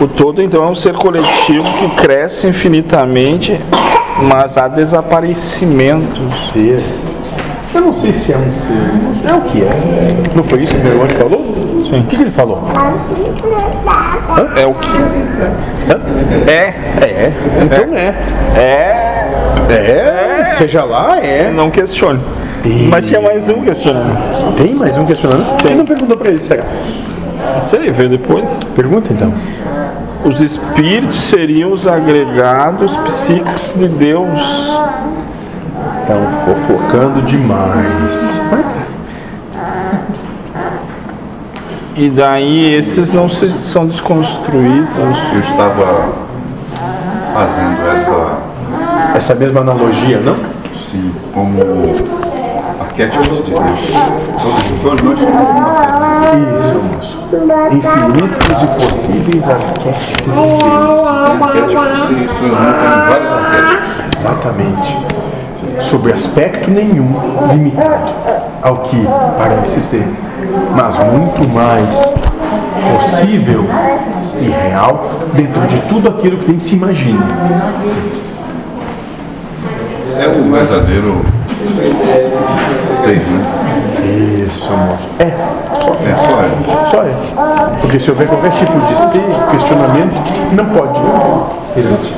O todo, então, é um ser coletivo que cresce infinitamente, mas há desaparecimento. Um Ser. Eu não sei se é um ser. É o que é. Não foi isso que o Merone falou? Sim. O que, que ele falou? É o que? É. É. Então É. é. É. Seja lá, é. Não questione. Mas tinha mais um questionamento. Tem mais um questionando? Você não perguntou pra ele, será? Isso aí, veio depois. É Pergunta então. Os espíritos seriam os agregados psíquicos de Deus. Estão Tá um fofocando demais. Mas E daí esses não se- são desconstruídos. Eu estava fazendo essa, essa mesma analogia, não? sim, como arquétipos de Deus. Todos, todos nós somos um uma arquétipo. Isso, moço. Infinitos e possíveis arquétipos. Arquétipo se transmuta em vários arquétipos. Exatamente. Sobre aspecto nenhum limitado ao que parece ser, mas muito mais possível e real dentro de tudo aquilo que nem se imagina. É o verdadeiro ser, né? Isso, moço. É, Só tem só ele. Só é. Porque se houver qualquer tipo de ser, questionamento, não pode ir adiante.